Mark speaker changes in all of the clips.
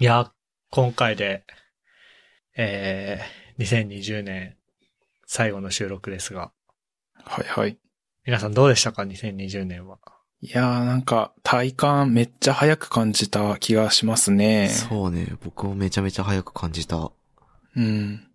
Speaker 1: いや、今回で、えー、2020年最後の収録ですが、
Speaker 2: はいはい。
Speaker 1: 皆さんどうでしたか ?2020 年は。
Speaker 2: いやーなんか体感めっちゃ早く感じた気がしますね。
Speaker 3: そうね、僕もめちゃめちゃ早く感じた。
Speaker 2: うん。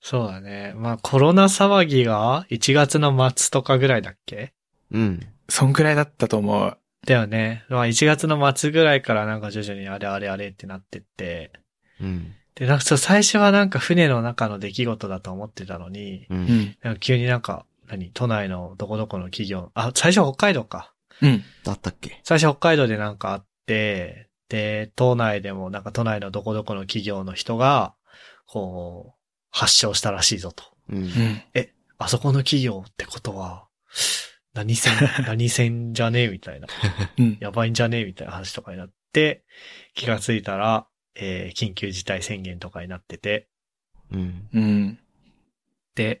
Speaker 1: そうだね。まあコロナ騒ぎが1月の末とかぐらいだっけ
Speaker 3: うん。
Speaker 2: そんくらいだったと思う。
Speaker 1: だよね。まあ1月の末ぐらいからなんか徐々にあれあれあれってなってって、
Speaker 3: うん。
Speaker 1: で、なんかそう最初はなんか船の中の出来事だと思ってたのに、
Speaker 3: う。
Speaker 2: うんん。
Speaker 1: なんか急になんか、何都内のどこどこの企業、あ、最初は北海道か。
Speaker 2: うん。
Speaker 3: だったっけ
Speaker 1: 最初北海道でなんかあって、で、都内でもなんか都内のどこどこの企業の人が、こう、発症したらしいぞと。
Speaker 3: うん。
Speaker 2: うん。
Speaker 1: あそこの企業ってことは、何線、何線じゃねえみたいな。
Speaker 2: うん。
Speaker 1: やばいんじゃねえみたいな話とかになって、気がついたら、えー緊急事態宣言とかになってて、
Speaker 3: うん。
Speaker 2: うん。
Speaker 1: で、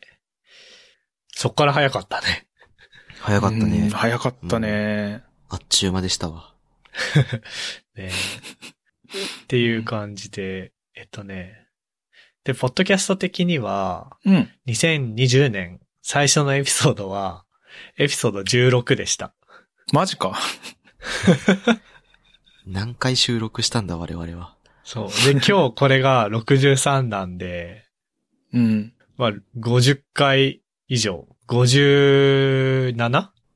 Speaker 1: そっから早かったね。
Speaker 3: 早かった
Speaker 2: うん
Speaker 3: ね。
Speaker 2: 早かったね。
Speaker 3: あっちゅう間でしたわ。
Speaker 1: ねっていう感じで、えっとね。で、ポッドキャスト的には、
Speaker 2: うん。
Speaker 1: 2020年最初のエピソードは、エピソード16でした。
Speaker 2: マジか。
Speaker 3: 何回収録したんだ、我々は。
Speaker 1: そう。で、今日これが63なんで、
Speaker 2: うん。
Speaker 1: まあ、50回以上。57?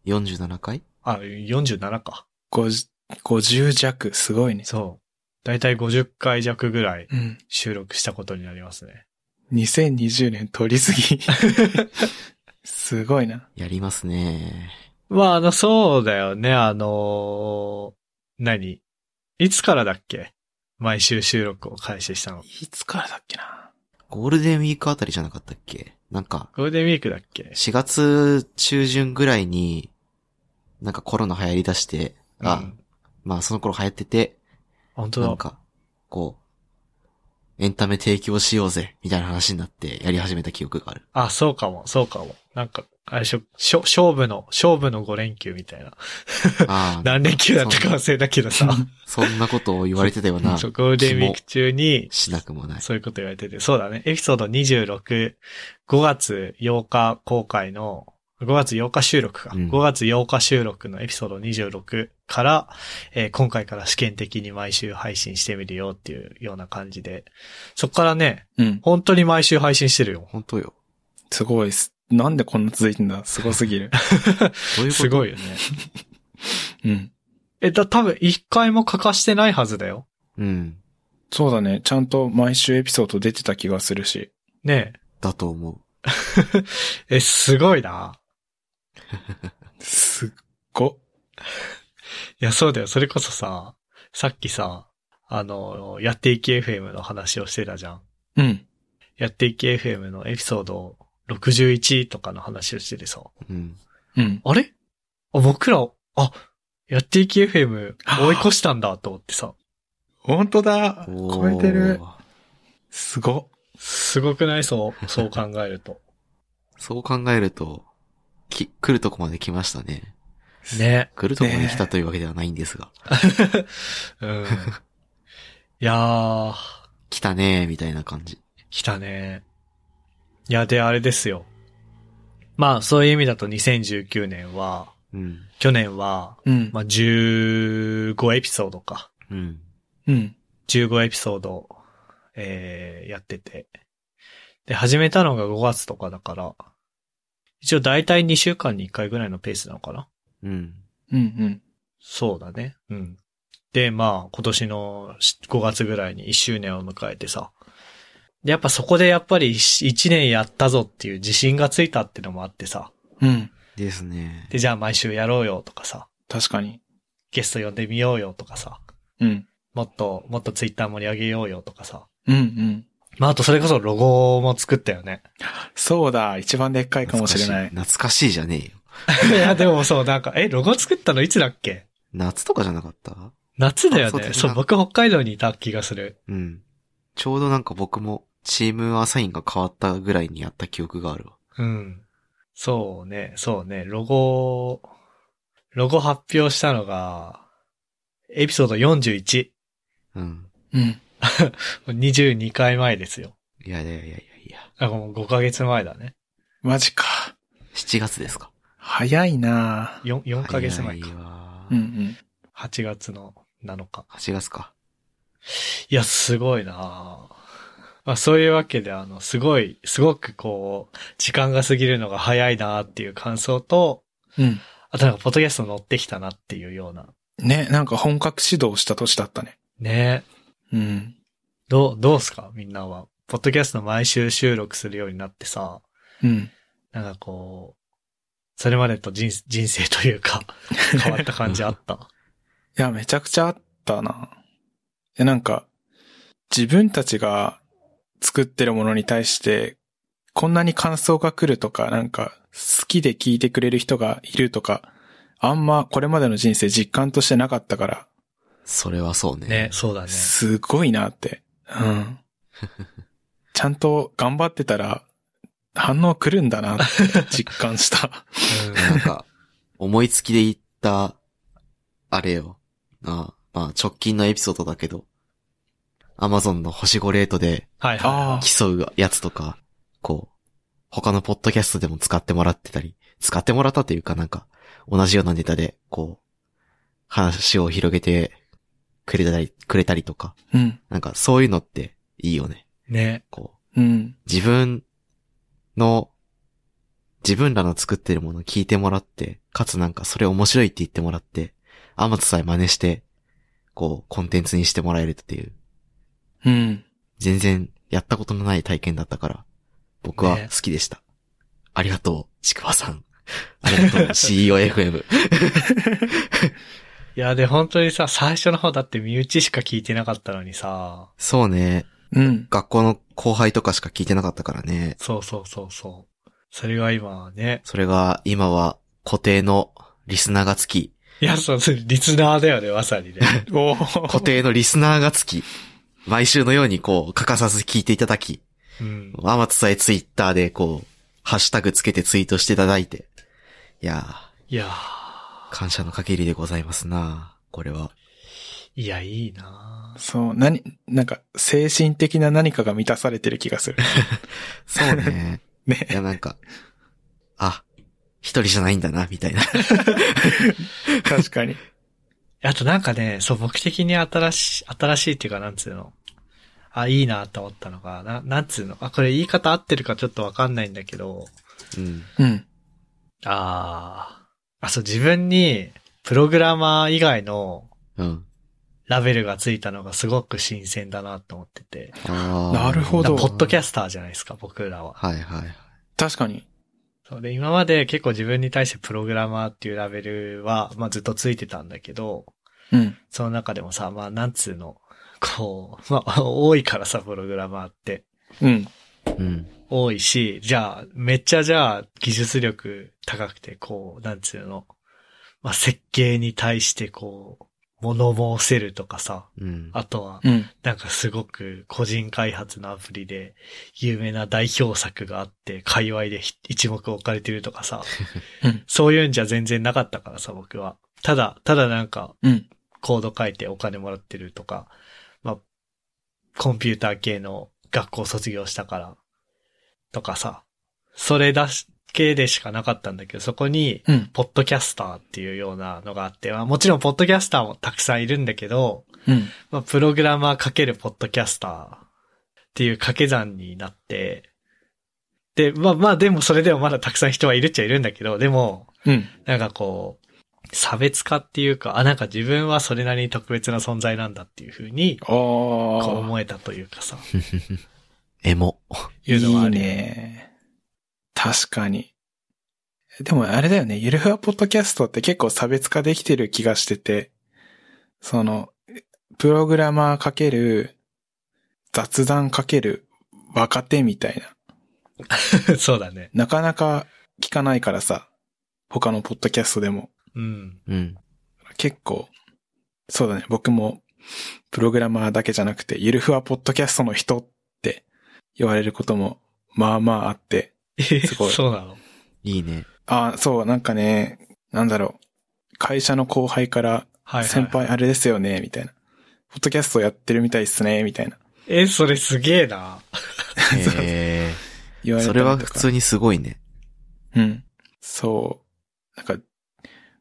Speaker 3: 47回
Speaker 1: あ、47か。
Speaker 2: 50 50弱、すごいね。
Speaker 1: そう。だいたい50回弱ぐらい
Speaker 2: うん。
Speaker 1: 収録したことになりますね。
Speaker 2: 2020年取りす ぎ。すごいな。
Speaker 3: やりますね。
Speaker 1: まあ、あの、そうだよね、あのー何いつからだっけ毎週収録を開始したの。
Speaker 2: いつからだっけな。
Speaker 3: ゴールデンウィークあたりじゃなかったっけなんか、
Speaker 1: ゴールデンウィークだっけ
Speaker 3: 4月中旬ぐらいに、なんかコロナ流行り出して、
Speaker 1: う
Speaker 3: あ
Speaker 1: ん、
Speaker 3: まあその頃流行ってて、
Speaker 1: 本当だ。
Speaker 3: なんか、こう、エンタメ提供しようぜ、みたいな話になってやり始めた記憶がある。
Speaker 1: あ、そうかも、そうかも。なんか、あれしょ、しょ、勝負の、勝負の5連休みたいな。
Speaker 3: ああ、
Speaker 1: 何連休だったか忘れたけどさ。
Speaker 3: そんなことを言われてたような
Speaker 1: そう、ゴールデンウィーク中に、
Speaker 3: しなくもない。
Speaker 1: そういうこと言われてて。そうだね。エピソード26、5月8日公開の、5月8日収録か。
Speaker 3: うん
Speaker 1: 5月8日収録のエピソード26から、えー今回から試験的に毎週配信してみるよっていうような感じで。そっからね、
Speaker 2: うん。
Speaker 1: 本当に毎週配信してるよ。
Speaker 3: 本当よ。
Speaker 2: すごいっす。なんでこんな続いてんだすごすぎ る。
Speaker 3: どういうこと
Speaker 1: すごいよね。
Speaker 2: うん。
Speaker 1: え、だ、多分一回も欠かしてないはずだよ。
Speaker 3: うん。
Speaker 2: そうだね。ちゃんと毎週エピソード出てた気がするし。
Speaker 1: ね
Speaker 3: だと思う。
Speaker 1: え。え、すごいな。
Speaker 2: すっご。
Speaker 1: いや、そうだよ。それこそさ、さっきさ、あの、やっていき FM の話をしてたじゃん。
Speaker 2: うん。
Speaker 1: やっていき FM のエピソード61とかの話をしててさ、
Speaker 3: うん。
Speaker 2: うん。
Speaker 1: あれあ僕ら、あ、やっていき FM 追い越したんだと思ってさ、
Speaker 2: 本当だ。
Speaker 3: お
Speaker 2: 超
Speaker 3: ー
Speaker 2: えてる。すご。
Speaker 1: すごくないそう、そう考えると。
Speaker 3: そう考えると、き、来るとこまで来ましたね。
Speaker 1: ね。
Speaker 3: 来るとこまで来たというわけではないんですが、
Speaker 1: うん。いやー、
Speaker 3: 来たねーみたいな感じ。
Speaker 1: 来たね。いや、で、あれですよ。まあ、そういう意味だと2019年は、
Speaker 3: うん。
Speaker 1: 去年は、
Speaker 2: うん。
Speaker 1: まあ、15エピソードか。
Speaker 3: うん。
Speaker 2: うん。
Speaker 1: 15エピソード、えー、やってて。で、始めたのが5月とかだから、一応大体2週間に1回ぐらいのペースなのかな
Speaker 3: うん。
Speaker 2: うん。うん。
Speaker 1: そうだね。うん。で、まあ、今年のし5月ぐらいに1周年を迎えてさ。で、やっぱそこでやっぱり1年やったぞっていう自信がついたってのもあってさ。
Speaker 2: うん。
Speaker 3: ですね。
Speaker 1: で、じゃあ毎週やろうよとかさ。
Speaker 2: 確かに。
Speaker 1: ゲスト呼んでみようよとかさ。
Speaker 2: うん。
Speaker 1: もっと、もっとツイッター盛り上げようよとかさ。
Speaker 2: うん。うん。
Speaker 1: まあ、あとそれこそロゴも作ったよね。
Speaker 2: そうだ。一番でっかいかもしれない。
Speaker 3: 懐かしい懐かしいじゃねえ よ。
Speaker 1: いや、でもそう、 なんか、え、ロゴ作ったのいつだっけ
Speaker 3: 夏とかじゃなかった
Speaker 1: 夏だよ
Speaker 3: あそうだ
Speaker 1: ね。
Speaker 3: よ
Speaker 1: そう、僕北海道にいた気がする。
Speaker 3: うん。ちょうどなんか僕も、チームアサインが変わったぐらいにやった記憶があるわ。
Speaker 1: うん。そうね、そうね、ロゴ、ロゴ発表したのが、エピソード41。
Speaker 3: うん。
Speaker 2: うん。
Speaker 1: 22回前ですよ。
Speaker 3: いやいやいやいやいや。
Speaker 1: あ、もう5ヶ月前だね。
Speaker 2: マジか。
Speaker 3: 7月ですか。
Speaker 2: 早いな
Speaker 1: 4, 4ヶ月前
Speaker 3: 早い
Speaker 1: か。
Speaker 3: わ
Speaker 2: うんうん。
Speaker 1: 8月の7日。
Speaker 3: 8月か。
Speaker 1: いや、すごいなあまあそういうわけで、あの、すごい、すごくこう、時間が過ぎるのが早いなあっていう感想と、
Speaker 2: うん。
Speaker 1: あとなんか、ポッドキャスト乗ってきたなっていうような。
Speaker 2: ね、なんか本格指導した年だったね。
Speaker 1: ねえ。
Speaker 2: うん。
Speaker 1: どう、どうすかみんなは。ポッドキャスト毎週収録するようになってさ、
Speaker 2: うん。
Speaker 1: なんかこう、それまでと人人生というか、変わった感じあった。
Speaker 2: いや、めちゃくちゃあったな。いや、なんか、自分たちが作ってるものに対して、こんなに感想が来るとか、なんか、好きで聞いてくれる人がいるとか、あんまこれまでの人生実感としてなかったから、
Speaker 3: それはそうね。
Speaker 1: ね、そうだね。
Speaker 2: すごいなって。うん。ちゃんと頑張ってたら、反応来るんだなって実感した。
Speaker 3: なんか、 思いつきで言った、あれよ。あまあ、直近のエピソードだけど、アマゾンの星5レートで
Speaker 1: はい
Speaker 2: あ
Speaker 1: は
Speaker 3: 競うやつとか、こう、他のポッドキャストでも使ってもらってたり、使ってもらったというかなんか、同じようなネタで、こう、話を広げてくれたり、くれたりとか、
Speaker 2: うん。
Speaker 3: なんかそういうのっていいよね。
Speaker 1: い。ね。
Speaker 3: こう、
Speaker 2: うん。
Speaker 3: 自分の、自分らの作ってるものを聞いてもらって、かつなんかそれ面白いって言ってもらって、あまつさえ真似して、こう、コンテンツにしてもらえるっていう、
Speaker 2: うん。
Speaker 3: 全然やったことのない体験だったから、僕は
Speaker 1: ね
Speaker 3: 好きでした。ありがとう、ちくわさん。 ありがとう、CEOFM。
Speaker 1: いや、で、本当にさ、最初の方だって身内しか聞いてなかったのにさ、
Speaker 3: そうね、
Speaker 2: うん。
Speaker 3: 学校の後輩とかしか聞いてなかったからね。
Speaker 1: そうそうそうそう。それが今ね。
Speaker 3: それが今は固定のリスナーがつき、
Speaker 1: いや、そう、それリスナーだよね、まさにね。
Speaker 2: お
Speaker 3: 固定のリスナーがつき、毎週のようにこう、欠かさず聞いていただき、
Speaker 1: うん。
Speaker 3: アマツさえツイッターでこう、ハッシュタグつけてツイートしていただいて。いや
Speaker 1: いや
Speaker 3: ー、感謝の限りでございますなこれは。
Speaker 1: ー、いや、いいなー
Speaker 2: そう、何、なんか、精神的な何かが満たされてる気 がする。
Speaker 3: そうね。い
Speaker 2: ね。
Speaker 3: や、なんか、あ、一人じゃないんだな、みたいな。
Speaker 2: 確かに。
Speaker 1: あとなんかね、そう、僕的に新しい、新しいっていうか、なんつうの。あ、いいなと思ったのが、な、なんつうの。あ、これ言い方合ってるかちょっとわかんないんだけど、
Speaker 3: うん。
Speaker 2: うん。
Speaker 1: あー。あ、そう、自分に、プログラマー以外の
Speaker 3: うん。
Speaker 1: ラベルがついたのがすごく新鮮だなと思ってて。
Speaker 3: あー
Speaker 2: なるほ
Speaker 1: だか
Speaker 2: ど
Speaker 1: らポッドキャスターじゃないですか、僕らは。
Speaker 3: はいはい。
Speaker 2: 確かに。
Speaker 1: そうで、今まで結構自分に対してプログラマーっていうラベルは、まあずっとついてたんだけど、
Speaker 2: うん。
Speaker 1: その中でもさ、まあなんつうの、こう、ま あ多いからさ、プログラマーって。
Speaker 2: うん。
Speaker 3: うん。
Speaker 1: 多いし、じゃあ、めっちゃじゃあ、技術力高くて、こう、なんつうの、まあ設計に対してこう、物申せるとかさ、
Speaker 3: うん。
Speaker 1: あとは、
Speaker 2: うん。
Speaker 1: なんかすごく個人開発のアプリで有名な代表作があって、界隈でひ一目置かれてるとかさ、
Speaker 2: うん
Speaker 1: そういうんじゃ全然なかったからさ、僕は。ただ、ただなんか
Speaker 2: うん。
Speaker 1: コード書いてお金もらってるとか、まあ、コンピューター系の学校卒業したから、とかさ、それだけでしかなかったんだけど、そこに、
Speaker 2: うん。
Speaker 1: ポッドキャスターっていうようなのがあって、まあもちろんポッドキャスターもたくさんいるんだけど、
Speaker 2: うん。
Speaker 1: まあ、プログラマーかけるポッドキャスターっていう掛け算になって、で、まあまあでもそれでもまだたくさん人はいるっちゃいるんだけど、でも、
Speaker 2: うん。
Speaker 1: なんかこう、差別化っていうか、あ、なんか自分はそれなりに特別な存在なんだっていうふうに、
Speaker 2: あ
Speaker 1: こ
Speaker 2: あ。
Speaker 1: う思えたというかさ、
Speaker 3: エモ。
Speaker 1: いうのはあ
Speaker 2: い
Speaker 1: るよ
Speaker 2: いね。確かに。でもあれだよね、ゆるふわポッドキャストって結構差別化できてる気がしてて、その、プログラマーかける雑談かける若手みたいな。
Speaker 1: そうだね。
Speaker 2: なかなか聞かないからさ、他のポッドキャストでも。
Speaker 1: うん。
Speaker 3: うん。
Speaker 2: 結構、そうだね、僕も、プログラマーだけじゃなくて、ゆるふわポッドキャストの人って言われることも、まあまああって、
Speaker 1: す
Speaker 2: ご い
Speaker 1: そうなの。
Speaker 3: いい ね。
Speaker 2: あそう、なんかね、なんだろう、会社の後輩から、
Speaker 1: はい、はい。
Speaker 2: 先輩あれですよね、みたいな。ポッドキャストやってるみたいっすね、みたいな。
Speaker 1: え、それすげえな。
Speaker 3: え
Speaker 2: 言
Speaker 3: ー、
Speaker 2: われた
Speaker 3: そ
Speaker 2: り
Speaker 3: れ
Speaker 2: とか
Speaker 3: は普通にすご いね。
Speaker 2: うん。そう。なんか、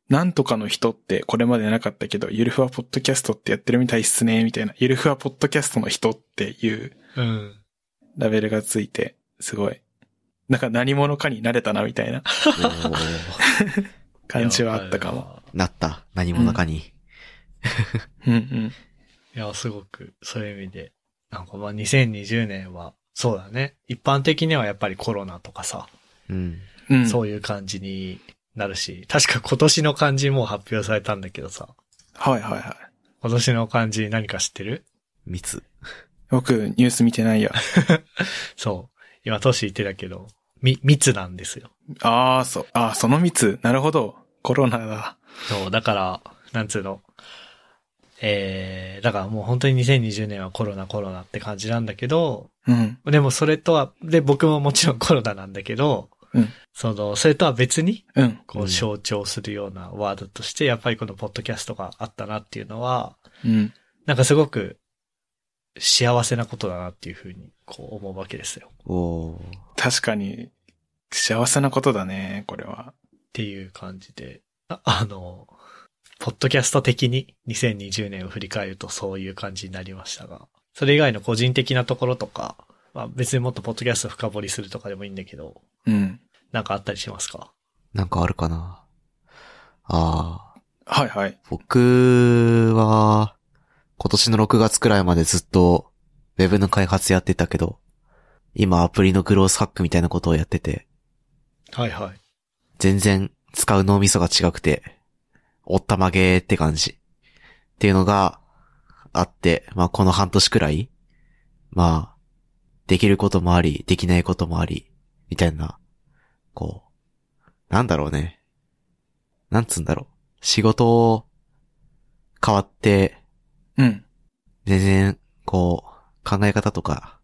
Speaker 2: なんとかの人ってこれまでなかったけど、ゆるふわポッドキャストってやってるみたいっすね、みたいな。ゆるふわポッドキャストの人っていう
Speaker 1: うん。
Speaker 2: ラベルがついて、すごい。なんか何者かになれたな、みた いな
Speaker 3: おー
Speaker 2: 感じはあったかも。
Speaker 3: なった。何も中に。
Speaker 2: うんうん。
Speaker 1: いや、すごく、そういう意味で。なんかまあ2020年は、そうだね。一般的にはやっぱりコロナとかさ、
Speaker 3: うん。
Speaker 2: うん。
Speaker 1: そういう感じになるし、確か今年の漢字もう発表されたんだけどさ、
Speaker 2: はいはいはい。
Speaker 1: 今年の漢字何か知ってる
Speaker 3: 密。
Speaker 2: 僕、ニュース見てない や。
Speaker 1: そう。今、トシ言ってたけど、み、密なんですよ。
Speaker 2: ああ、そう。ああ、その密。なるほど。コロナだ。
Speaker 1: そう、だから、なんつうの。えー、だからもう本当に2020年はコロナコロナって感じなんだけど、
Speaker 2: うん。
Speaker 1: でもそれとは、で、僕ももちろんコロナなんだけど、
Speaker 2: うん
Speaker 1: その、それとは別に、
Speaker 2: うん。
Speaker 1: こ
Speaker 3: うん
Speaker 1: う象徴するようなワードとして、やっぱりこのポッドキャストがあったなっていうのは、
Speaker 2: うん。
Speaker 1: なんかすごく幸せなことだなっていうふうに、こう思うわけですよ。っ
Speaker 3: おー
Speaker 2: 確かに、幸せなことだね、これは。
Speaker 1: ていう感じで、ああの、ポッドキャスト的に2020年を振り返るとそういう感じになりましたが、それ以外の個人的なところとか、まあ別にもっとポッドキャスト深掘りするとかでもいいんだけど、
Speaker 2: うん。
Speaker 1: なんかあったりしますか
Speaker 3: なんかあるかな。ああ。
Speaker 2: はいはい。
Speaker 3: 僕は、今年の6月くらいまでずっと、ウェブの開発やってたけど、今アプリのグロースハックみたいなことをやってて、
Speaker 1: はいはい。
Speaker 3: 全然使う脳みそが違くて、おったまげーって感じ。っていうのがあって、まあこの半年くらい、まあ、できることもあり、できないこともあり、みたいな、こう、なんだろうね。なんつうんだろう。仕事を変わって、
Speaker 2: うん。
Speaker 3: 全然、こう、考え方とか、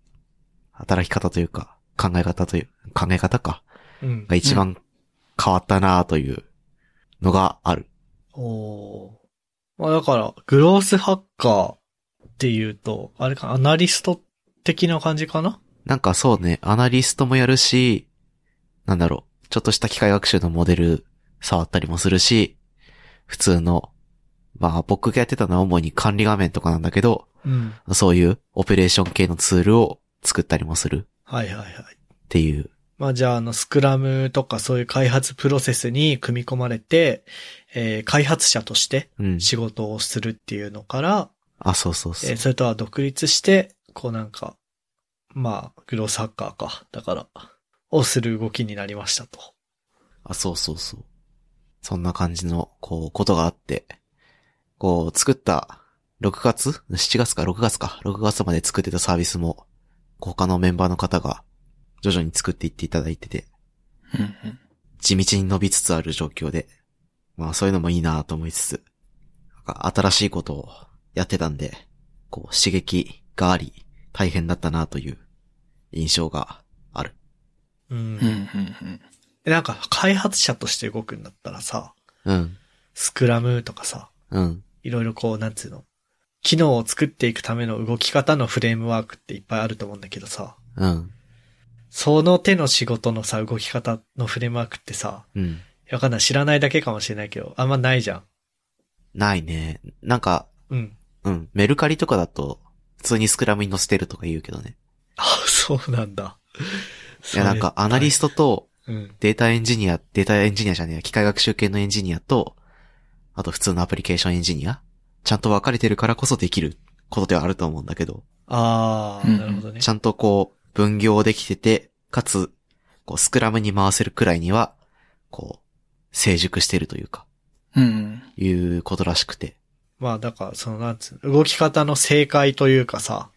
Speaker 3: 働き方というか、考え方という、考え方か。
Speaker 1: うん
Speaker 3: が。一番変わったなというのがある。
Speaker 1: おーまあだから、グロースハッカーっていうと、あれか、アナリスト的な感じかな
Speaker 3: なんかそうね、アナリストもやるし、なんだろう、ちょっとした機械学習のモデル触ったりもするし、普通の、まあ僕がやってたのは主に管理画面とかなんだけど、
Speaker 1: うん。
Speaker 3: そういうオペレーション系のツールを作ったりもする
Speaker 1: はいはいはい。
Speaker 3: っていう。
Speaker 1: まあじゃあ、あの、スクラムとかそういう開発プロセスに組み込まれて、えー開発者として
Speaker 3: うん。
Speaker 1: 仕事をするっていうのから、
Speaker 3: あ、そうそうそ
Speaker 1: えー
Speaker 3: う。
Speaker 1: それとは独立して、こうなんか、まあ、グロースハッカーか。だから、をする動きになりましたと。
Speaker 3: あ、そうそうそう。そんな感じの、こう、ことがあって、こう、作った、6月 ?7 月か、6月か。6月まで作ってたサービスも、こう他のメンバーの方が、徐々に作っていっていただいてて、
Speaker 2: うんうん。
Speaker 3: 地道に伸びつつある状況で、まあそういうのもいいなと思いつつ、なんか新しいことをやってたんで、こう、刺激があり、大変だったなという印象がある。
Speaker 1: うん
Speaker 2: うんうんうん。
Speaker 1: でなんか、開発者として動くんだったらさ、
Speaker 3: うん、
Speaker 1: スクラムとかさ、
Speaker 3: うん、
Speaker 1: いろいろこう、なんつうの、機能を作っていくための動き方のフレームワークっていっぱいあると思うんだけどさ、
Speaker 3: うん、
Speaker 1: その手の仕事のさ、動き方のフレームワークってさ、
Speaker 3: うん。
Speaker 1: わかんない、知らないだけかもしれないけど、あんまないじゃん。
Speaker 3: ないね。なんか、
Speaker 1: うん。
Speaker 3: うん。メルカリとかだと、普通にスクラムに載せてるとか言うけどね。
Speaker 1: あ、 そうなんだ。
Speaker 3: いや、なんか、アナリストと、
Speaker 1: ト。うん。
Speaker 3: データエンジニア、データエンジニアじゃねえや、機械学習系のエンジニアと、あと普通のアプリケーションエンジニアちゃんと分かれてるからこそできることではあると思うんだけど、
Speaker 1: あ
Speaker 2: うん
Speaker 1: ー、なるほどね
Speaker 3: ち。ゃんとこう、分業できてて、かつ、こう、スクラムに回せるくらいには、こう、成熟してるというか、
Speaker 2: うんうん。
Speaker 3: いうことらしくて。
Speaker 1: まあ、だから、その、なんつうの、動き方の正解というかさ、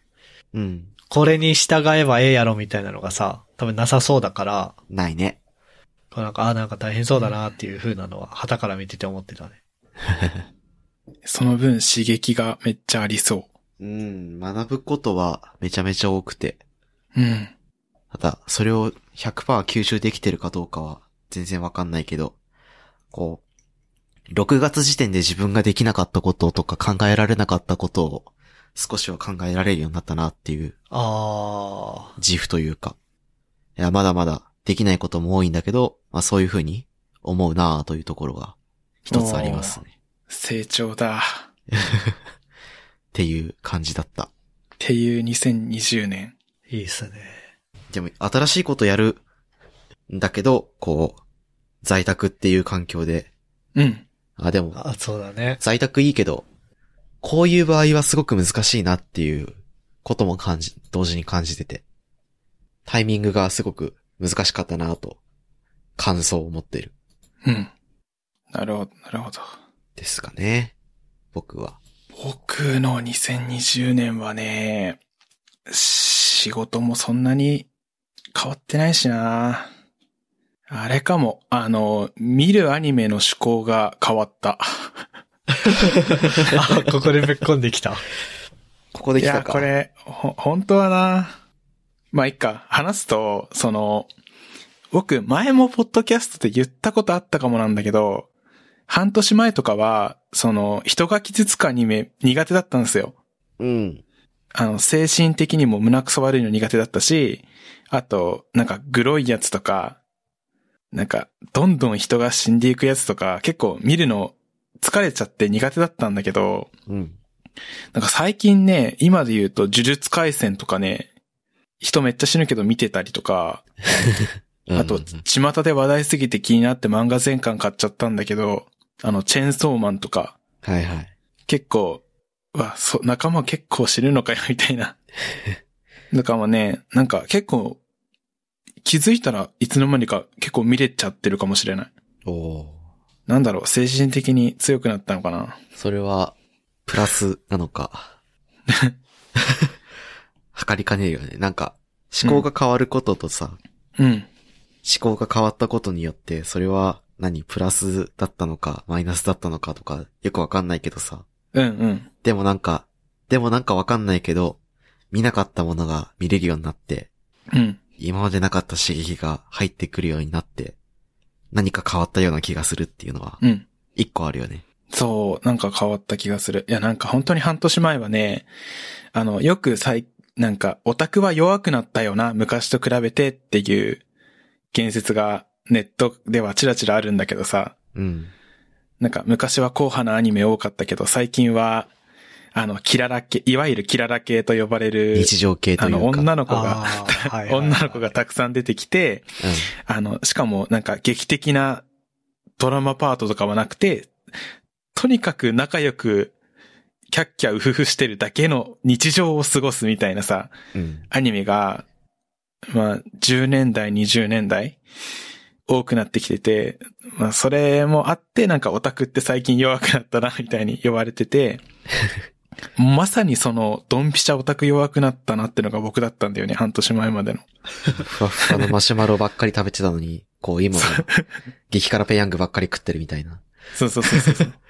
Speaker 3: うん。
Speaker 1: これに従えばええやろみたいなのがさ、多分なさそうだから、
Speaker 3: ないね。
Speaker 1: こうなんか、ああ、なんか大変そうだなっていう風なのは、旗から見てて思ってたね。
Speaker 2: その分刺激がめっちゃありそ
Speaker 3: うん。学ぶことはめちゃめちゃ多くて。
Speaker 2: う。うん。
Speaker 3: ただ、それを100%吸収できてるかどうかは全然わかんないけど、こう、6月時点で自分ができなかったこととか考えられなかったことを少しは考えられるようになったなっていう
Speaker 1: ああ。
Speaker 3: 自負というか。いや、まだまだできないことも多いんだけど、まあそういうふうに思うなあというところが一つありますね。
Speaker 2: 成長だ。
Speaker 3: っていう感じだった。
Speaker 2: っていう2020年。
Speaker 1: いいっすね。
Speaker 3: でも、新しいことやるんだけど、こう、在宅っていう環境で、
Speaker 2: うん。
Speaker 3: あ、でも、
Speaker 1: あ、そうだね。
Speaker 3: 在宅いいけど、こういう場合はすごく難しいなっていうことも感じ、同時に感じてて、タイミングがすごく難しかったなと、感想を持ってる。
Speaker 2: うん。なるほど、なるほど。
Speaker 3: ですかね。僕は。
Speaker 2: 僕の2020年はね、仕事もそんなに変わってないしな。あれかも、あの、見るアニメの趣向が変わった。
Speaker 1: あ、ここでぶっこんできた。
Speaker 3: ここで
Speaker 2: い
Speaker 3: 来た
Speaker 2: や、
Speaker 3: か。
Speaker 2: これ、ほ、本当はな。まあ、いっか。話すと、その、僕、前もポッドキャストで言ったことあったかもなんだけど、半年前とかは、その、人が傷つくアニメ苦手だったんですよ。
Speaker 3: うん。
Speaker 2: あの、精神的にも胸くそ悪いの苦手だったし、あと、なんか、グロいやつとか、なんか、どんどん人が死んでいくやつとか、結構見るの疲れちゃって苦手だったんだけど、
Speaker 3: うん。
Speaker 2: なんか最近ね、今で言うと呪術回戦とかね、人めっちゃ死ぬけど見てたりとか、あと、巷で話題すぎて気になって漫画全巻買っちゃったんだけど、あの、チェーンソーマンとか、
Speaker 3: はいはい。
Speaker 2: 結構、うわ、そ、仲間結構死ぬのかよ、みたいな。 だからまあね、なんか結構、気づいたらいつの間にか結構見れちゃってるかもしれない。
Speaker 3: おお
Speaker 2: なんだろう、精神的に強くなったのかな。
Speaker 3: ー。それは、プラスな のか。 測りかねるよね。なんか、思考が変わることとさ、
Speaker 2: うん。
Speaker 3: 思考が変わったことによって、それは何、プラスだったのか、マイナスだったのかとか、よくわかんないけどさ。
Speaker 2: うんうん。
Speaker 3: でもなんか、でもなんかわかんないけど、見なかったものが見れるようになって、
Speaker 2: うん。
Speaker 3: 今までなかった刺激が入ってくるようになって、何か変わったような気がするっていうのは、
Speaker 2: うん。
Speaker 3: 一個あるよね。
Speaker 2: そう、なんか変わった気がする。いや、なんか本当に半年前はね、あの、よく最、なんか、オタクは弱くなったよな、昔と比べてっていう言説がネットではちらちらあるんだけどさ、
Speaker 3: うん。
Speaker 2: なんか昔は硬派なアニメ多かったけど、最近は、あの、キララ系、いわゆるキララ系と呼ばれる、
Speaker 3: 日常系と
Speaker 2: あ
Speaker 3: いうか。
Speaker 2: の、女の子が、
Speaker 1: あーはいはいはい
Speaker 2: 女の子がたくさん出てきて、あの、しかもなんか劇的なドラマパートとかはなくて、とにかく仲良く、キャッキャウフフしてるだけの日常を過ごすみたいなさ、
Speaker 3: うん。うん。
Speaker 2: アニメが、まあ、10年代、20年代、多くなってきてて、まあ、それもあって、なんかオタクって最近弱くなったな、 みたいに言われて て、まさにその、ドンピシャオタク弱くなったなってのが僕だったんだよね、半年前までの。
Speaker 3: ふわふわのマシュマロばっかり食べてたのに、こう今は、激辛ペヤングばっかり食ってるみたいな。
Speaker 2: そうそうそうそうそう。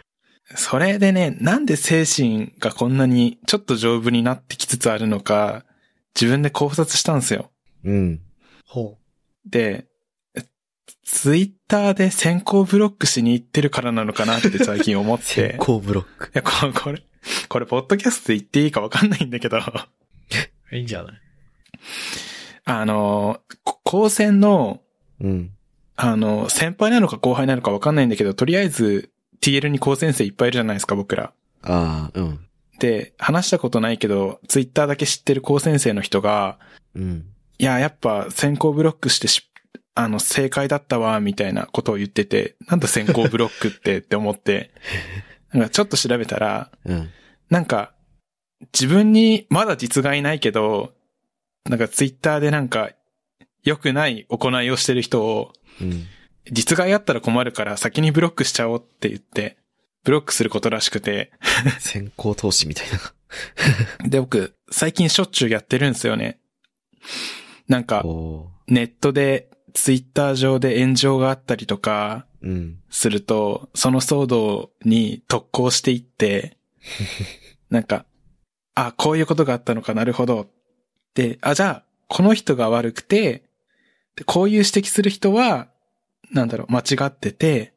Speaker 2: それでね、なんで精神がこんなにちょっと丈夫になってきつつあるのか、自分で考察したんですよ。
Speaker 3: うん。
Speaker 1: ほ
Speaker 2: で、ツイッターで先行ブロックしに行ってるからなのかなって最近思って。い
Speaker 3: 先行ブロック。
Speaker 2: や、こ これ、これ、ポッドキャストで言っていいかわかんないんだけど、
Speaker 1: う。いいんじゃない
Speaker 2: あの、こ高専の、
Speaker 3: うん。
Speaker 2: あの、先輩なのか後輩なのかわかんないんだけど、とりあえず、TL に高専生いっぱいいるじゃないですか、僕ら。
Speaker 3: ああ、うん。
Speaker 2: で、話したことないけど、ツイッターだけ知ってる高先生の人が、
Speaker 3: うん。
Speaker 2: いや、やっぱ先行ブロックしてし、あの、正解だったわ、みたいなことを言ってて、なんだ先行ブロックってって思って、なんかちょっと調べたら、
Speaker 3: うん。
Speaker 2: なんか、自分にまだ実害ないけど、なんかツイッターでなんか、良くない行いをしてる人を、
Speaker 3: うん。
Speaker 2: 実害あったら困るから先にブロックしちゃおうって言って、ブロックすることらしくて、
Speaker 3: 先行投資みたい
Speaker 2: で、僕、最近しょっちゅうやってるんですよね。なん
Speaker 3: な。
Speaker 2: か、
Speaker 3: こ
Speaker 2: ネットで、ツイッター上で炎上があったりとか、
Speaker 3: う。うん。
Speaker 2: すると、その騒動に特攻していって、なんか、あ、こういうことがあったのか、なるほど。で、あ、じゃあ、この人が悪くて、でこういう指摘する人は、なんだろう、間違ってて、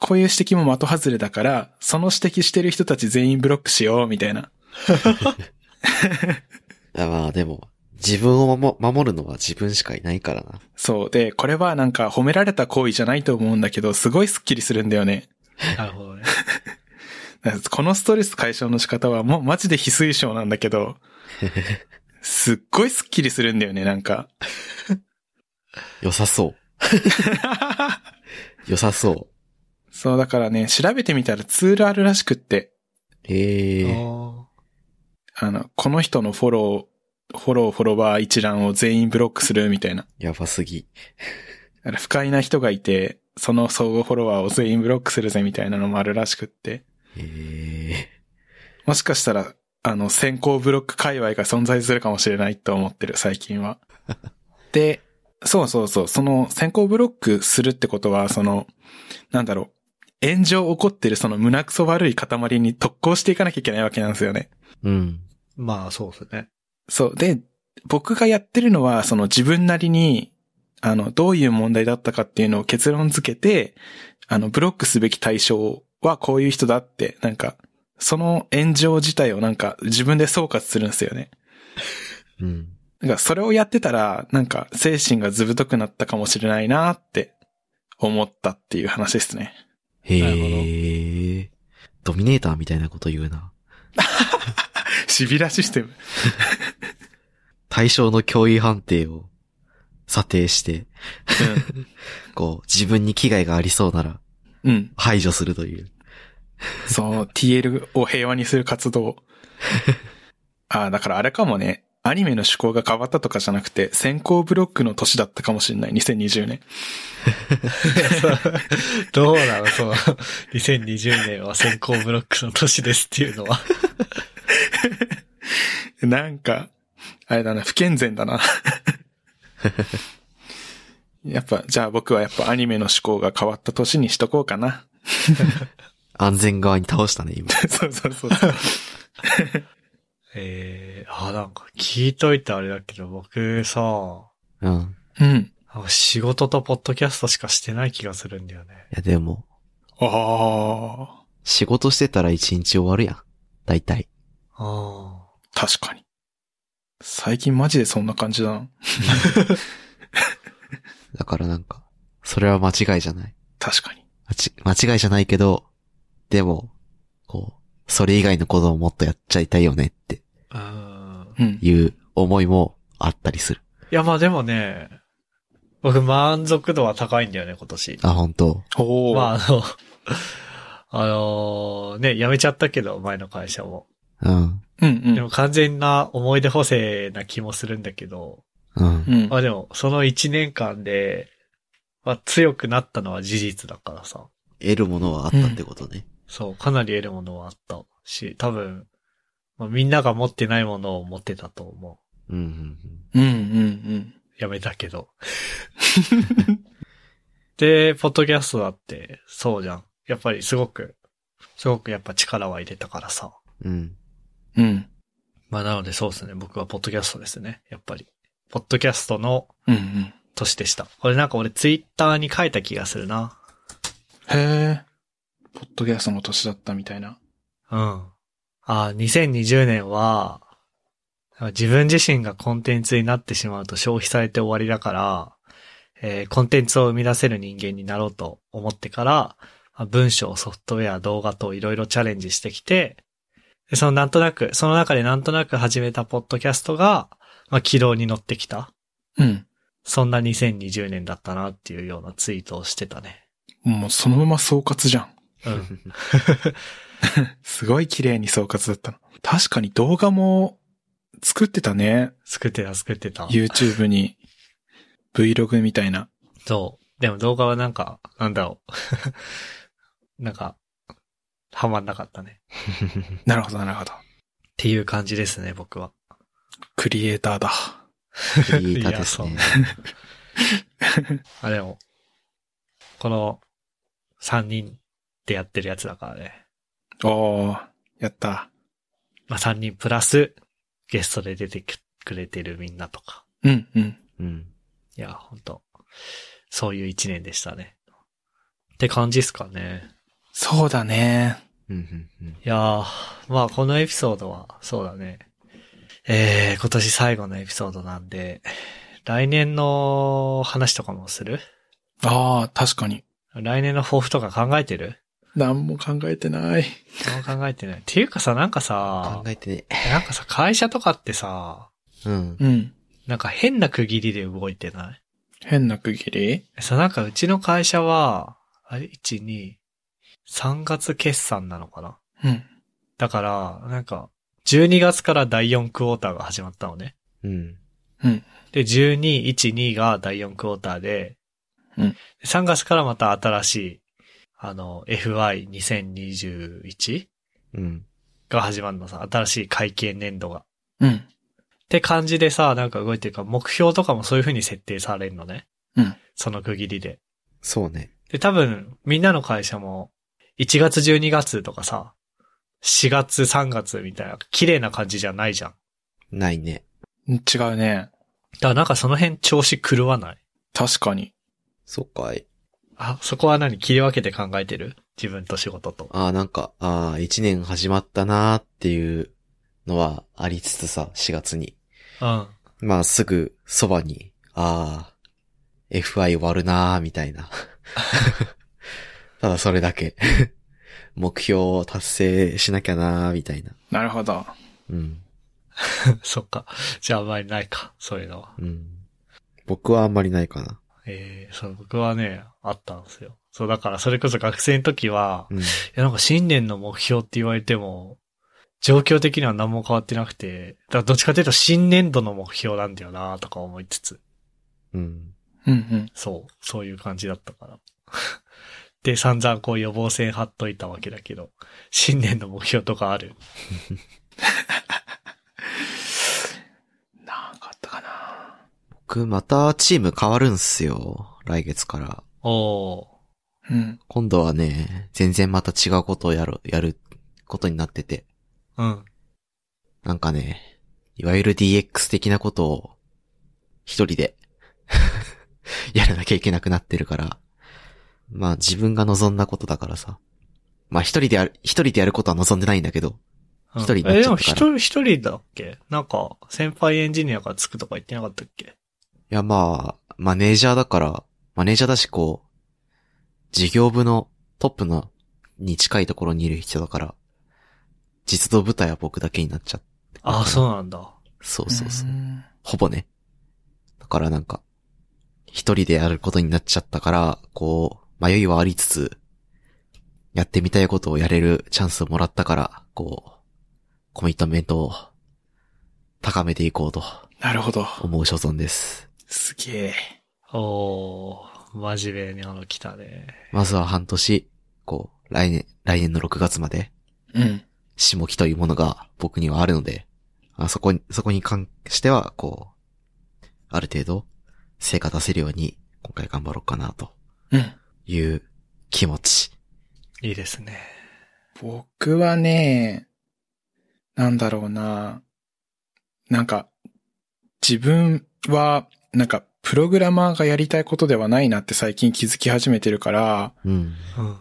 Speaker 2: こういう指摘も的外れだから、その指摘してる人たち全員ブロックしよう、みたいな。
Speaker 3: あまあでも、自分を守守るのは自分しかいないからな。
Speaker 2: そう。で、これはなんか褒められた行為じゃないと思うんだけど、すごいスッキリするんだよね。
Speaker 1: なるほどね。
Speaker 2: このストレス解消の仕方はもうマジで非推奨なんだけど、すっごいスッキリするんだよね、なんか。
Speaker 3: 良さ そう。良さそう。
Speaker 2: そう、だからね、調べてみたらツールあるらしくって、
Speaker 3: ええー。
Speaker 1: あ
Speaker 2: あの、この人のフォロー、フォロー、フォロワー一覧を全員ブロックするみたいな。
Speaker 3: やばすぎ。
Speaker 2: だから不快な人がいて、その相互フォロワーを全員ブロックするぜみたいなのもあるらしくって。
Speaker 3: ええ
Speaker 2: もしかしたら、あの、先行ブロック界隈が存在するかもしれないと思ってる、最近は。で、そうそうそう、その先行ブロックするってことは、その、なんだろう、炎上起こってるその胸くそ悪い塊に特攻していかなきゃいけないわけなんですよね。
Speaker 3: うん。
Speaker 1: ーまあ、そうですね。
Speaker 2: そう。で、僕がやってるのは、その自分なりに、あの、どういう問題だったかっていうのを結論付けて、あの、ブロックすべき対象はこういう人だって、なんか、その炎上自体をなんか自分で総括するんですよね。
Speaker 3: うん。
Speaker 2: なんかそれをやってたら、なんか精神がずぶとくなったかもしれないなって思ったっていう話ですね。
Speaker 3: へ
Speaker 1: なる
Speaker 3: え。ドミネーターみたいなこと言うな。
Speaker 2: シビラシステム。
Speaker 3: 対象の脅威判定を査定して、こう、自分に危害がありそうなら
Speaker 2: うん。うん。
Speaker 3: 排除するという。
Speaker 2: そう、TL を平和にする活動。 ああ、だからあれかもね。アニメの趣向が変わったとかじゃなくて、先行ブロックの年だったかもしれない、2020年。
Speaker 1: どうなのその、2020年は先行ブロックの年ですっていうのは。
Speaker 2: なんか、あれだな、不健全だな。 やっぱ、じゃあ僕はやっぱアニメの趣向が変わった年にしとこうかな。
Speaker 3: 安全側に倒したね、今。
Speaker 2: そうそうそうそう。
Speaker 1: ええー、あ、なんか聞いといてあれだけど、僕さ、
Speaker 3: うん。
Speaker 2: うん。
Speaker 1: なんか仕事とポッドキャストしかしてない気がするんだよね。
Speaker 3: いや、でも、
Speaker 2: ああ、
Speaker 3: 仕事してたら一日終わるやん。大体。
Speaker 1: あ
Speaker 2: 確かに。最近マジでそんな感じだな。
Speaker 3: だからなんか、それは間違いじゃない。
Speaker 2: 確かに。
Speaker 3: 間ち間違いじゃないけど、でも、こう、それ以外のことをもっとやっちゃいたいよねって
Speaker 1: あ。うん。
Speaker 2: うん。
Speaker 3: いう思いもあったりする。
Speaker 1: いや、まあでもね、僕満足度は高いんだよね、今年。
Speaker 3: あ、本当
Speaker 2: おお、
Speaker 1: まああの、あのーね、辞めちゃったけど、前の会社も。
Speaker 3: うん。
Speaker 2: うん
Speaker 1: でも完全な思い出補正な気もするんだけど、
Speaker 3: うん
Speaker 2: う。ん。うん
Speaker 1: ま。あでも、その1年間で、まあ強くなったのは事実だからさ。
Speaker 3: 得るものはあったってことね。
Speaker 1: そう、かなり得るものはあったし、多分、まあ、みんなが持ってないものを持ってたと思う。
Speaker 3: うん。う
Speaker 2: うん
Speaker 3: んうん
Speaker 2: うんうん。
Speaker 1: やめたけど。で、ポッドキャストだって、そうじゃん。やっぱりすごく、すごくやっぱ力は入れたからさ。
Speaker 3: うん。
Speaker 2: うん。
Speaker 1: まあなのでそうですね。僕はポッドキャストですね。やっぱり。ポッドキャストの
Speaker 2: うんうん。
Speaker 1: 年でした。これなんか俺ツイッターに書いた気がするな。
Speaker 2: へえ。ポッドキャストの年だったみたいな。
Speaker 1: うん。あー2020年は、自分自身がコンテンツになってしまうと消費されて終わりだから、えーコンテンツを生み出せる人間になろうと思ってから、まあ文章、ソフトウェア、動画といろいろチャレンジしてきて、でそのなんとなく、その中でなんとなく始めたポッドキャストが、まあ、軌道に乗ってきた。
Speaker 2: うん。
Speaker 1: そんな2020年だったなっていうようなツイートをしてたね。
Speaker 2: もうそのまま総括じゃん。
Speaker 1: うん。
Speaker 2: すごい綺麗に総括だったの。確かに動画も作ってたね。
Speaker 1: 作ってた、作ってた。
Speaker 2: YouTube に。Vlog みたいな。
Speaker 1: そう。でも動画はなんか、なんだろう。 なんか、はまんなかったね。っ
Speaker 2: なるほど、なるほど。
Speaker 1: ていう感じですね、僕は。
Speaker 2: クリエイターだ。
Speaker 3: クリエイターです
Speaker 1: い
Speaker 3: ね
Speaker 1: や。あ、でも、この、3人でやってるやつだからね。
Speaker 2: おー、やった。
Speaker 1: まあ、3人プラス、ゲストで出てくれてるみんなとか。
Speaker 2: うん、うん。
Speaker 3: うん。
Speaker 1: いや、ほんと。そういう1年でしたね。って感じっすかね。
Speaker 2: そうだね。
Speaker 3: ううんうん
Speaker 1: いやー、まあこのエピソードは、そうだね。えー、今年最後のエピソードなんで、来年の話とかもする
Speaker 2: ああ、確かに。
Speaker 1: 来年の抱負とか考えてる
Speaker 2: 何も考えてない。
Speaker 1: 何も考えてない。っていうかさ、なんかさ
Speaker 3: 考、えてね。
Speaker 1: なんかさ、会社とかってさ、
Speaker 3: うん。
Speaker 2: うん。
Speaker 1: なんか変な区切りで動いてない
Speaker 2: 変な区切り
Speaker 1: さ、なんかうちの会社は、あれ、1、2、3月決算なのかな
Speaker 2: うん。
Speaker 1: だから、なんか、12月から第4クォーターが始まったのね。
Speaker 3: うん。
Speaker 1: で、12、1、2が第4クォーターで、
Speaker 2: うん
Speaker 1: 3月からまた新しい、あの、FY2021
Speaker 3: うん。
Speaker 1: が始まるのさ、新しい会計年度が。っ
Speaker 2: うん。
Speaker 1: て感じでさ、なんか動いてるから、目標とかもそういう風に設定されるのね。
Speaker 2: うん
Speaker 1: その区切りで。
Speaker 3: そうね。
Speaker 1: で、多分、みんなの会社も、1月12月とかさ、4月3月みたいな、綺麗な感じじゃないじゃん。だか
Speaker 3: ないね。
Speaker 2: 違うね。
Speaker 1: らなんかその辺調子狂わない
Speaker 2: 確かに。
Speaker 3: そっかい。
Speaker 1: あ、そこは何切り分けて考えてる自分と仕事と。
Speaker 3: ああ、なんか、ああ、一年始まったなーっていうのはありつつさ、4月に。
Speaker 1: うん。
Speaker 3: まあ、すぐそばに、ああ、FI 終わるなーみたいな。ただそれだけ。目標を達成しなきゃなーみたいな。
Speaker 2: なるほど。
Speaker 3: うん。
Speaker 1: そっか。じゃああんまりないか、そういうのは。
Speaker 3: うん。僕はあんまりないかな。
Speaker 1: ええそう、僕はね、あったんですよ。そう、だからそれこそ学生の時は、
Speaker 3: うん。
Speaker 1: いや、なんか新年の目標って言われても、状況的には何も変わってなくて、だからどっちかというと新年度の目標なんだよなとか思いつつ、
Speaker 3: うん。
Speaker 2: うんうん。
Speaker 1: そう、そういう感じだったから。 で、散々こう予防線張っといたわけだけど、新年の目標とかある
Speaker 2: なんかあったかな。
Speaker 3: 僕、またチーム変わるんすよ。来月から。
Speaker 1: おー。
Speaker 2: うん。
Speaker 3: 今度はね、全然また違うことをやる、やることになってて。
Speaker 1: うん。
Speaker 3: なんかね、いわゆる DX 的なことを、一人で、 やらなきゃいけなくなってるから。まあ自分が望んだことだからさ。まあ一人でやる、一人でやることは望んでないんだけど。
Speaker 1: うん
Speaker 3: 一人になっちゃったから
Speaker 1: え、でも一人、一人だっけなんか、先輩エンジニアがつくとか言ってなかったっけ
Speaker 3: いやまあ、マネージャーだから、マネージャーだしこう、事業部のトップの、に近いところにいる人だから、実動部隊は僕だけになっちゃって。
Speaker 1: ああ、そうなんだ。
Speaker 3: そうそうそう。
Speaker 2: ん
Speaker 3: ほぼね。だからなんか、一人でやることになっちゃったから、こう、迷いはありつつ、やってみたいことをやれるチャンスをもらったから、こう、コミットメントを高めていこうと
Speaker 2: なるほど。
Speaker 3: 思う所存です。
Speaker 2: すげえ。
Speaker 1: おー、真面目にあの来たね。
Speaker 3: まずは半年、こう、来年、来年の6月まで、
Speaker 2: うん。
Speaker 3: 下木というものが僕にはあるので、あそこに、そこに関しては、こう、ある程度、成果出せるように、今回頑張ろうかなと。
Speaker 2: うん。
Speaker 3: いう気持ち。
Speaker 1: いいですね。
Speaker 2: 僕はね、なんだろうな。なんか、自分は、なんか、プログラマーがやりたいことではないなって最近気づき始めてるから、
Speaker 3: うん。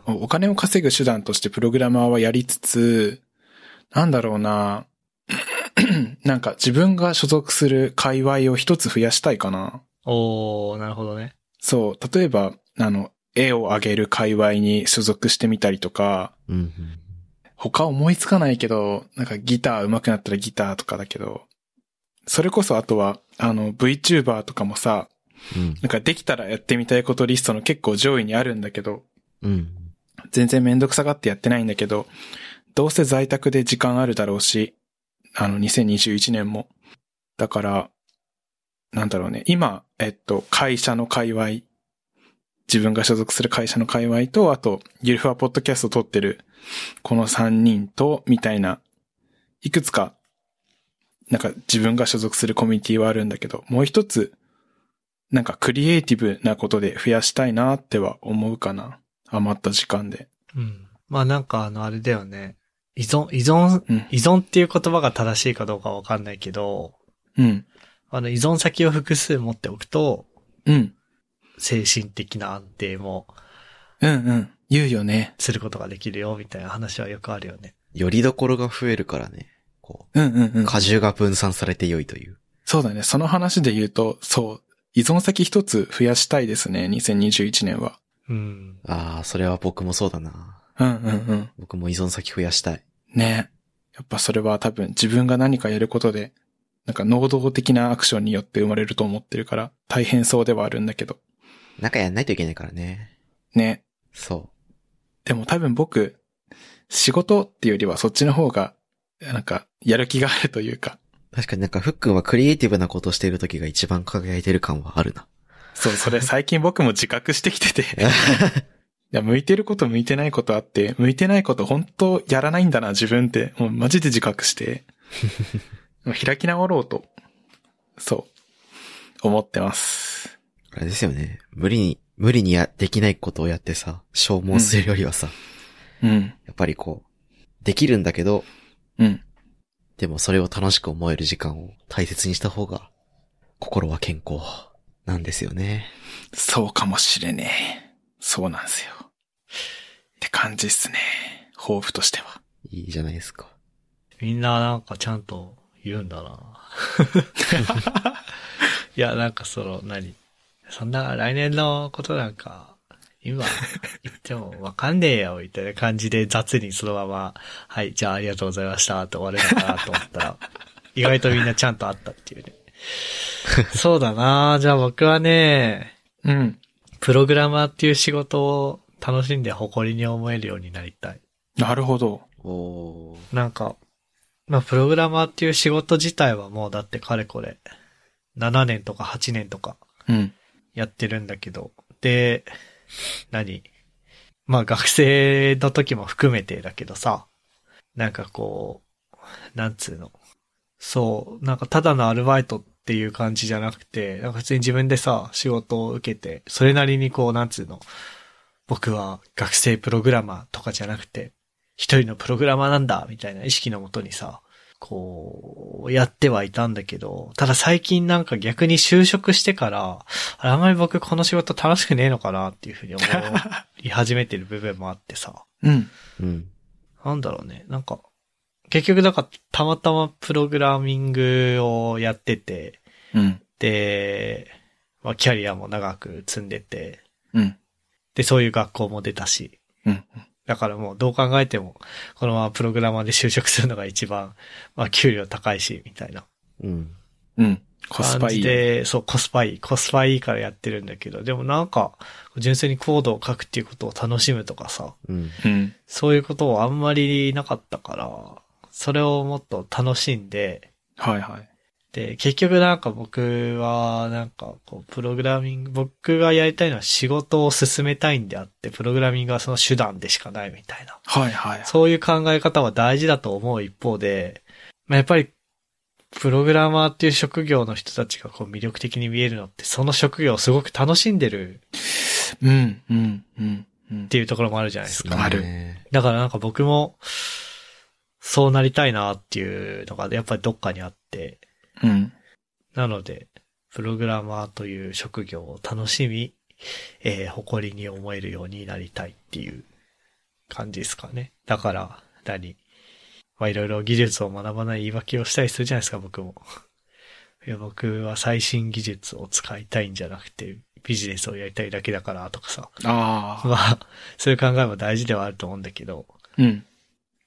Speaker 1: うん。
Speaker 2: お金を稼ぐ手段としてプログラマーはやりつつ、なんだろうな。 なんか自分が所属する界隈を一つ増やしたいかな。
Speaker 1: おー、なるほどね。
Speaker 2: そう、例えば、あの、絵を上げる界隈に所属してみたりとか、
Speaker 3: うん。
Speaker 2: 他思いつかないけど、なんかギター上手くなったらギターとかだけど、それこそあとは、あの、VTuber とかもさ、
Speaker 3: うん。
Speaker 2: なんかできたらやってみたいことリストの結構上位にあるんだけど、
Speaker 3: うん。
Speaker 2: 全然めんどくさがってやってないんだけど、どうせ在宅で時間あるだろうし、あの、2021年も。だから、なんだろうね。今、えっと、会社の界隈、自分が所属する会社の界隈と、あと、ゆるふわポッドキャスト撮ってる、この3人と、みたいな、いくつか、なんか自分が所属するコミュニティはあるんだけど、もう一つ、なんかクリエイティブなことで増やしたいなっては思うかな。余った時間で。
Speaker 1: うん。まあなんかあの、あれだよね。依存、依存、
Speaker 2: うん
Speaker 1: 依存っていう言葉が正しいかどうかわかんないけど、
Speaker 2: うん。
Speaker 1: あの、依存先を複数持っておくと、
Speaker 2: うん。
Speaker 1: 精神的な安定も
Speaker 2: うんうん。言うよね。
Speaker 1: することができるよ、みたいな話はよくあるよね。
Speaker 3: よりどころが増えるからね、こ
Speaker 2: うんうんう
Speaker 3: う、
Speaker 2: ん。
Speaker 3: 荷重が分散されて良いという。
Speaker 2: そうだね。その話で言うと、そう。依存先一つ増やしたいですね。2021年は。
Speaker 1: うん。
Speaker 3: ああ、それは僕もそうだな。
Speaker 2: うんうんうん。
Speaker 3: 僕も依存先増やしたい。
Speaker 2: ねやっぱそれは多分自分が何かやることで、なんか能動的なアクションによって生まれると思ってるから、大変そうではあるんだけど。
Speaker 3: なんかやんないといけないからね。
Speaker 2: ね。
Speaker 3: そ
Speaker 2: でも多分僕、仕事っていうよりはそっちの方が、なんか、やる気があるというか、
Speaker 3: う。確かになんか、ふっくんはクリエイティブなことしてる時が一番輝いてる感はあるな。
Speaker 2: そう、それ最近僕も自覚してき てて。いや、向いてること向いてないことあって、向いてないこと本当やらないんだな、自分って。もうマジで自 覚して。もう開き直ろうと。そう。思ってます。
Speaker 3: あれですよね。無理に、無理にや、できないことをやってさ、消耗するよりはさ、
Speaker 2: うん。
Speaker 3: やっぱりこう、できるんだけど、
Speaker 2: うん。
Speaker 3: でもそれを楽しく思える時間を大切にした方が、心は健康なんですよね。
Speaker 2: そうかもしれねえ。そうなんですよ。って感じっすね。抱負としては。
Speaker 3: いいじゃないですか。
Speaker 1: みんななんかちゃんと言うんだな。 いや、なんかその、何そんな来年のことなんか、今言ってもわかんねえよ、みたいな感じで雑にそのまま、はい、じゃあありがとうございました、って終わるのかなと思ったら、意外とみんなちゃんとあったっていうね。そうだなじゃあ僕はね、
Speaker 2: うん。
Speaker 1: プログラマーっていう仕事を楽しんで誇りに思えるようになりたい。
Speaker 2: なるほど。
Speaker 3: おー。
Speaker 1: なんか、まあ、プログラマーっていう仕事自体はもうだってかれこれ、7年とか8年とか
Speaker 2: うん。
Speaker 1: やってるんだけど、で、何まあ、学生の時も含めてだけどさ、なんかこう、なんつうの。そう、なんかただのアルバイトっていう感じじゃなくて、なんか普通に自分でさ、仕事を受けて、それなりにこう、なんつうの。僕は学生プログラマーとかじゃなくて、一人のプログラマーなんだ、みたいな意識のもとにさ、こう、やってはいたんだけど、ただ最近なんか逆に就職してから、あれあんまり僕この仕事楽しくねえのかなっていうふうに思い始めてる部分もあってさ。
Speaker 2: うん。
Speaker 3: うん。
Speaker 1: なんだろうね。なんか、結局なんか、たまたまプログラミングをやってて、
Speaker 2: うん。
Speaker 1: で、まあ、キャリアも長く積んでて、
Speaker 2: うん。
Speaker 1: で、そういう学校も出たし、
Speaker 2: うん。
Speaker 1: だからもうどう考えても、このままプログラマーで就職するのが一番、まあ、給料高いし、みたいな
Speaker 3: うん。
Speaker 2: うん。コス
Speaker 1: 感
Speaker 2: パい
Speaker 1: じ
Speaker 2: いね。
Speaker 1: で、そう、コスパいい、コスパいいからやってるんだけど、でもなんか、純粋にコードを書くっていうことを楽しむとかさ、
Speaker 3: うん。
Speaker 2: うん。
Speaker 1: そういうことをあんまりなかったから、それをもっと楽しんで、
Speaker 2: はいはい。
Speaker 1: で、結局なんか僕は、なんかこう、プログラミング、僕がやりたいのは仕事を進めたいんであって、プログラミングはその手段でしかないみたいな。
Speaker 2: はいはい。
Speaker 1: そういう考え方は大事だと思う一方で、まあ、やっぱり、プログラマーっていう職業の人たちがこう魅力的に見えるのって、その職業をすごく楽しんでる
Speaker 2: うん。うん。うん。うん
Speaker 1: っていうところもあるじゃないですか。
Speaker 3: そうね。
Speaker 1: だからなんか僕も、そうなりたいなっていうのが、やっぱりどっかにあって、
Speaker 2: うん。
Speaker 1: なので、プログラマーという職業を楽しみ、えー誇りに思えるようになりたいっていう感じですかね。だから、何まあ、いろいろ技術を学ばない言い訳をしたりするじゃないですか、僕も。 いや、僕は最新技術を使いたいんじゃなくて、ビジネスをやりたいだけだから、とかさ。
Speaker 2: ああ。
Speaker 1: まあ、そういう考えも大事ではあると思うんだけど、
Speaker 2: うん。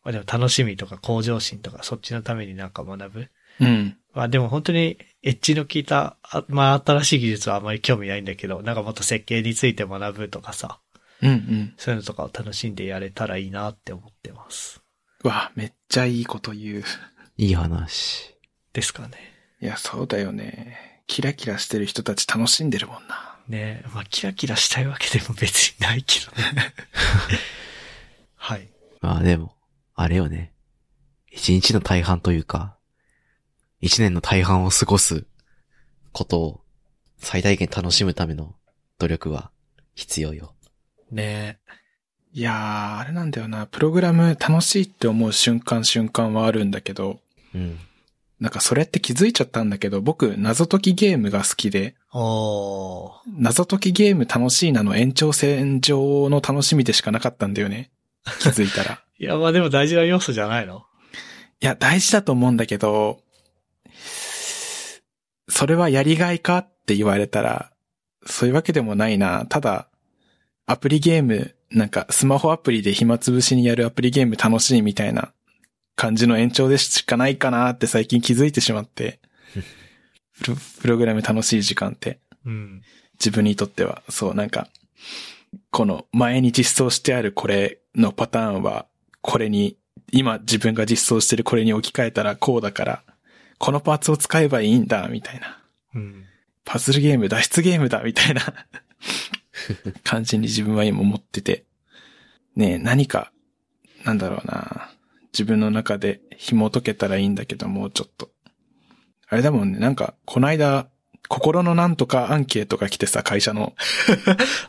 Speaker 1: まあでも楽しみとか向上心とか、そっちのためになんか学ぶ
Speaker 2: うん。
Speaker 1: まあでも本当にエッジの効いた、あまあ新しい技術はあまり興味ないんだけど、なんかもっと設計について学ぶとかさ、
Speaker 2: うん。うん。
Speaker 1: そういうのとかを楽しんでやれたらいいなって思ってます。
Speaker 2: うわ、めっちゃいいこと言う。
Speaker 3: いい話。
Speaker 1: ですかね。
Speaker 2: いや、そうだよね。キラキラしてる人たち楽しんでるもんな。
Speaker 1: ねえ、まあキラキラしたいわけでも別にないけどね。 はい。
Speaker 3: まあでも、あれよね。一日の大半というか、一年の大半を過ごすことを最大限楽しむための努力は必要よ。
Speaker 1: ねえ。
Speaker 2: いやー、あれなんだよな。プログラム楽しいって思う瞬間瞬間はあるんだけど、
Speaker 3: うん。
Speaker 2: なんかそれって気づいちゃったんだけど、僕、謎解きゲームが好きで、
Speaker 1: おー。
Speaker 2: 謎解きゲーム楽しいなの延長線上の楽しみでしかなかったんだよね。気づいたら。
Speaker 1: いや、まあでも大事な要素じゃないの
Speaker 2: いや、大事だと思うんだけど、それはやりがいかって言われたら、そういうわけでもないな。ただ、アプリゲーム、なんかスマホアプリで暇つぶしにやるアプリゲーム楽しいみたいな感じの延長でしかないかなって最近気づいてしまって、プロプログラム楽しい時間って。
Speaker 1: うん。
Speaker 2: 自分にとっては、そう、なんか、この前に実装してあるこれのパターンは、これに、今自分が実装してるこれに置き換えたらこうだから、このパーツを使えばいいんだ、みたいな。
Speaker 1: うん。
Speaker 2: パズルゲーム、脱出ゲームだ、みたいな感じに自分は今思ってて。ねえ、何か、なんだろうな。自分の中で紐解けたらいいんだけど、もうちょっと。あれだもんね、なんか、こないだ、心のなんとかアンケートが来てさ、会社の。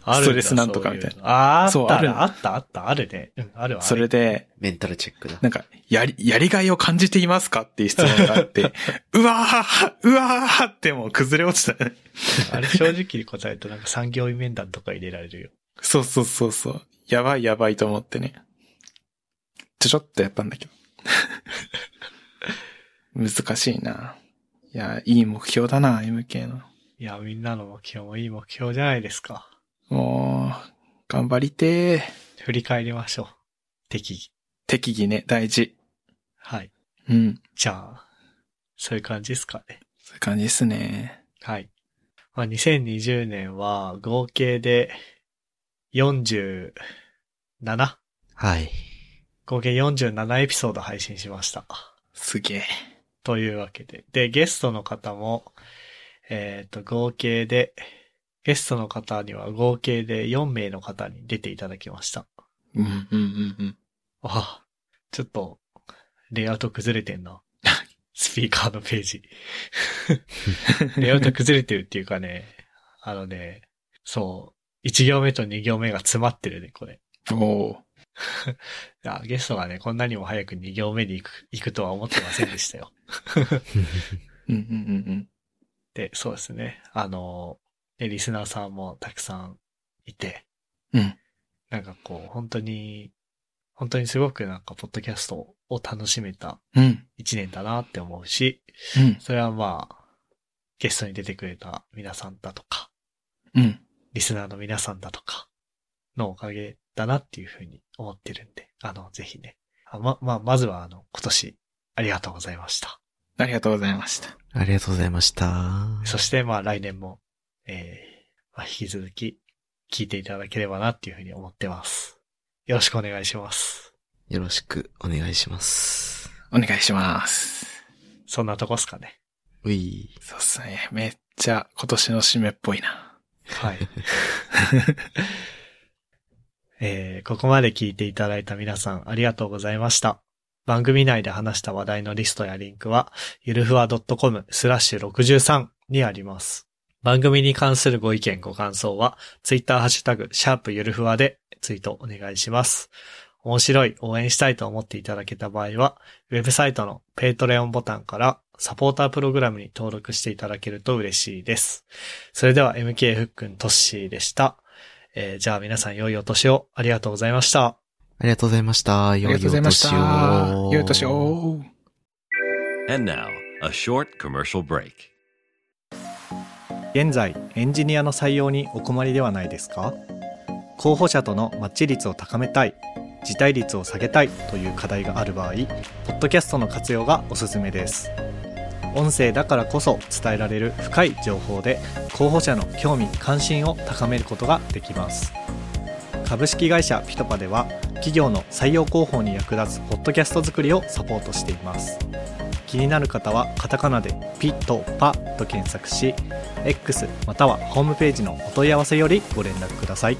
Speaker 1: あるんだ
Speaker 2: ストレスなんとかみたいな
Speaker 1: そううのあーあっ
Speaker 2: そう
Speaker 1: た
Speaker 2: ある
Speaker 1: あったあった、あるね。うん、あるわ。
Speaker 2: それで、
Speaker 3: メンタルチェックだ。
Speaker 2: なんか、やり、やりがいを感じていますかっていう質問があって、うわーうわーってもう崩れ落ちたね。
Speaker 1: あれ正直に答えるとなんか産業医面談とか入れられるよ。
Speaker 2: そうそうそうそう。やばいやばいと思ってね。ちょちょっとやったんだけど。 難しいな。いや、いい目標だな、MK の。
Speaker 1: いや、みんなの目標もいい目標じゃないですか。
Speaker 2: もう、頑張りてー。
Speaker 1: 振り返りましょう。適宜。
Speaker 2: 適宜ね、大事。
Speaker 1: はい。
Speaker 2: うん。
Speaker 1: じゃあ、そういう感じですかね。
Speaker 2: そういう感じですね。
Speaker 1: はい。まあ、2020年は合計で 47?
Speaker 3: はい。
Speaker 1: 合計47エピソード配信しました。
Speaker 2: すげえ。
Speaker 1: というわけで。で、ゲストの方も、えっ、と、合計で、ゲストの方には合計で4名の方に出ていただきました。
Speaker 2: うん、うん、うん、うん。
Speaker 1: あ、ちょっと、レイアウト崩れてんな。 スピーカーのページ。レイアウト崩れてるっていうかね、あのね、そう、1行目と2行目が詰まってるね、これ。
Speaker 2: おー。
Speaker 1: あゲストがね、こんなにも早く2行目に行く、行くとは思ってませんでしたよ。
Speaker 2: うん、うん、うん、うん。
Speaker 1: で、そうですね。あの、でリスナーさんもたくさんいて、
Speaker 2: うん。
Speaker 1: なんかこう、本当に、本当にすごくなんか、ポッドキャストを楽しめた
Speaker 2: うん。
Speaker 1: 一年だなって思うし、
Speaker 2: うん。
Speaker 1: それはまあ、ゲストに出てくれた皆さんだとか、
Speaker 2: うん。
Speaker 1: リスナーの皆さんだとか、のおかげだなっていうふうに思ってるんで、あの、ぜひね。あま、まあ、まずはあの、今年、ありがとうございました。
Speaker 2: ありがとうございました。
Speaker 3: ありがとうございました。
Speaker 1: そして、まあ、来年も、えーまあ、引き続き、聞いていただければなっていうふうに思ってます。よろしくお願いします。
Speaker 3: よろしくお願いします。
Speaker 2: お願いします。
Speaker 1: そんなとこっすかね。
Speaker 3: うい。
Speaker 2: そうっすね。めっちゃ今年の締めっぽいな。
Speaker 1: はい。 えーここまで聞いていただいた皆さんありがとうございました。番組内で話した話題のリストやリンクは、ゆるふわ .com スラッシュ63にあります。番組に関するご意見、ご感想は、ツイッターハッシュタグ、シャープゆるふわでツイートお願いします。面白い、応援したいと思っていただけた場合は、ウェブサイトのペイトレオンボタンからサポータープログラムに登録していただけると嬉しいです。それでは MK ふっくんトッシーでした。えーじゃあ皆さん良いお年をありがとうございました。
Speaker 3: ありがとうございました。
Speaker 2: あ
Speaker 3: 良
Speaker 2: りがとうございました。
Speaker 3: 良い
Speaker 2: 良い
Speaker 3: お
Speaker 2: お
Speaker 3: 年
Speaker 2: 年
Speaker 3: を。
Speaker 2: を。
Speaker 4: And now, a short commercial break.
Speaker 1: 現在エンジニアの採用にお困りではないですか候補者とのマッチ率を高めたい辞退率を下げたいという課題がある場合ポッドキャストの活用がおすすめです音声だからこそ伝えられる深い情報で候補者の興味関心を高めることができます株式会社ピトパでは企業の採用広報に役立つポッドキャスト作りをサポートしています気になる方はカタカナでピトパと検索し X またはホームページのお問い合わせよりご連絡ください。